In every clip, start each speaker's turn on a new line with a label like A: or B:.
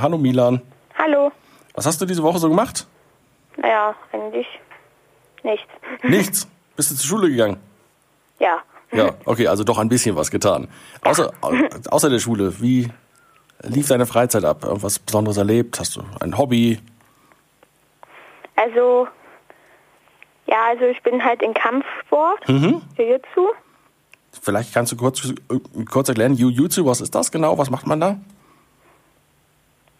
A: Hallo Milan.
B: Hallo.
A: Was hast du diese Woche so gemacht?
B: Naja, eigentlich nichts.
A: Nichts. Bist du zur Schule gegangen?
B: Ja.
A: Ja, okay, also doch ein bisschen was getan. Außer, au- außer der Schule, wie lief deine Freizeit ab? Irgendwas Besonderes erlebt? Hast du ein Hobby?
B: Also, ja, also ich bin halt in Kampfsport. Mhm. Jiu-Jitsu.
A: Vielleicht kannst du kurz, äh, kurz erklären, Jiu-Jitsu, was ist das genau? Was macht man da?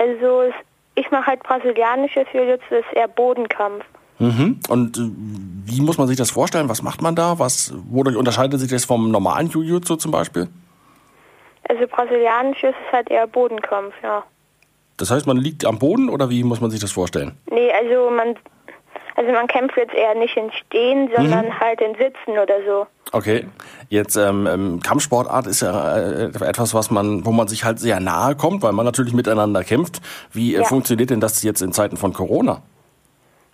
B: Also, es- ich mache halt brasilianisches Jiu-Jitsu, das ist eher Bodenkampf.
A: Mhm. Und äh, wie muss man sich das vorstellen? Was macht man da? Was, wodurch unterscheidet sich das vom normalen Jiu-Jitsu zum Beispiel?
B: Also, brasilianisches ist halt eher Bodenkampf, ja.
A: Das heißt, man liegt am Boden oder wie muss man sich das vorstellen?
B: Nee, also man, also man kämpft jetzt eher nicht in Stehen, sondern halt in Sitzen oder so.
A: Okay, jetzt ähm, ähm, Kampfsportart ist ja äh, etwas, was man, wo man sich halt sehr nahe kommt, weil man natürlich miteinander kämpft. Wie äh,
B: Ja.
A: funktioniert denn das jetzt in Zeiten von Corona?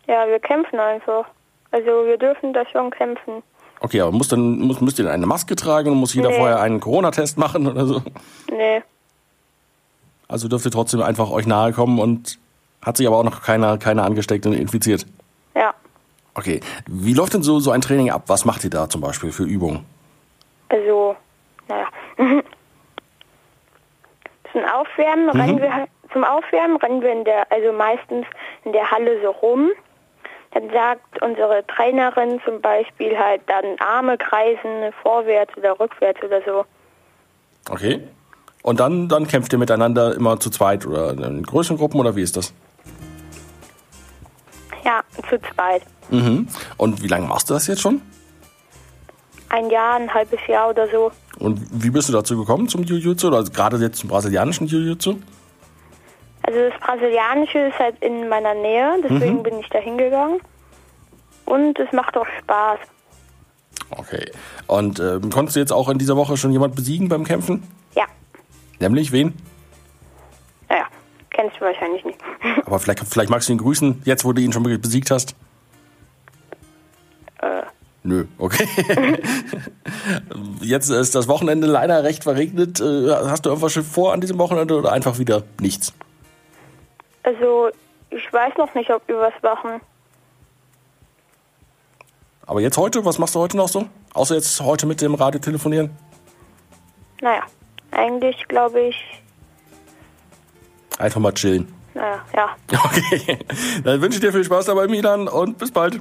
B: Ja, wir kämpfen einfach. Also wir dürfen da schon kämpfen.
A: Okay, aber muss dann muss, müsst ihr dann eine Maske tragen und muss jeder
B: Nee.
A: vorher einen Corona-Test machen oder so?
B: Nee.
A: Also dürft ihr trotzdem einfach euch nahe kommen und hat sich aber auch noch keiner keiner angesteckt und infiziert.
B: Ja.
A: Okay, wie läuft denn so so ein Training ab? Was macht ihr da zum Beispiel für Übungen?
B: Also, naja. Zum Aufwärmen rennen wir halt, zum Aufwärmen rennen wir in der, also meistens in der Halle so rum. Dann sagt unsere Trainerin zum Beispiel halt dann Arme kreisen, vorwärts oder rückwärts oder so.
A: Okay. Und dann dann kämpft ihr miteinander immer zu zweit oder in größeren Gruppen oder wie ist das?
B: Ja, zu zweit.
A: Mhm. Und wie lange machst du das jetzt schon?
B: Ein Jahr, ein halbes Jahr oder so.
A: Und wie bist du dazu gekommen zum Jiu-Jitsu oder gerade jetzt zum brasilianischen Jiu-Jitsu?
B: Also das Brasilianische ist halt in meiner Nähe, deswegen bin ich da hingegangen. Und es macht auch Spaß.
A: Okay. Und ähm, konntest du jetzt auch in dieser Woche schon jemand besiegen beim Kämpfen?
B: Ja,
A: Nämlich wen?
B: naja, kennst du wahrscheinlich nicht.
A: Aber vielleicht, vielleicht magst du ihn grüßen, jetzt wo du ihn schon be- besiegt hast. Äh. Nö, okay. jetzt ist das Wochenende leider recht verregnet. Äh, Hast du irgendwas schon vor an diesem Wochenende oder einfach wieder nichts?
B: Also ich weiß noch nicht, ob wir was machen.
A: Aber jetzt heute, was machst du heute noch so? Außer jetzt heute mit dem Radio telefonieren?
B: Naja, eigentlich glaube ich,
A: Einfach mal chillen.
B: naja, ja.
A: Okay, dann wünsche ich dir viel Spaß dabei, Milan, und bis bald.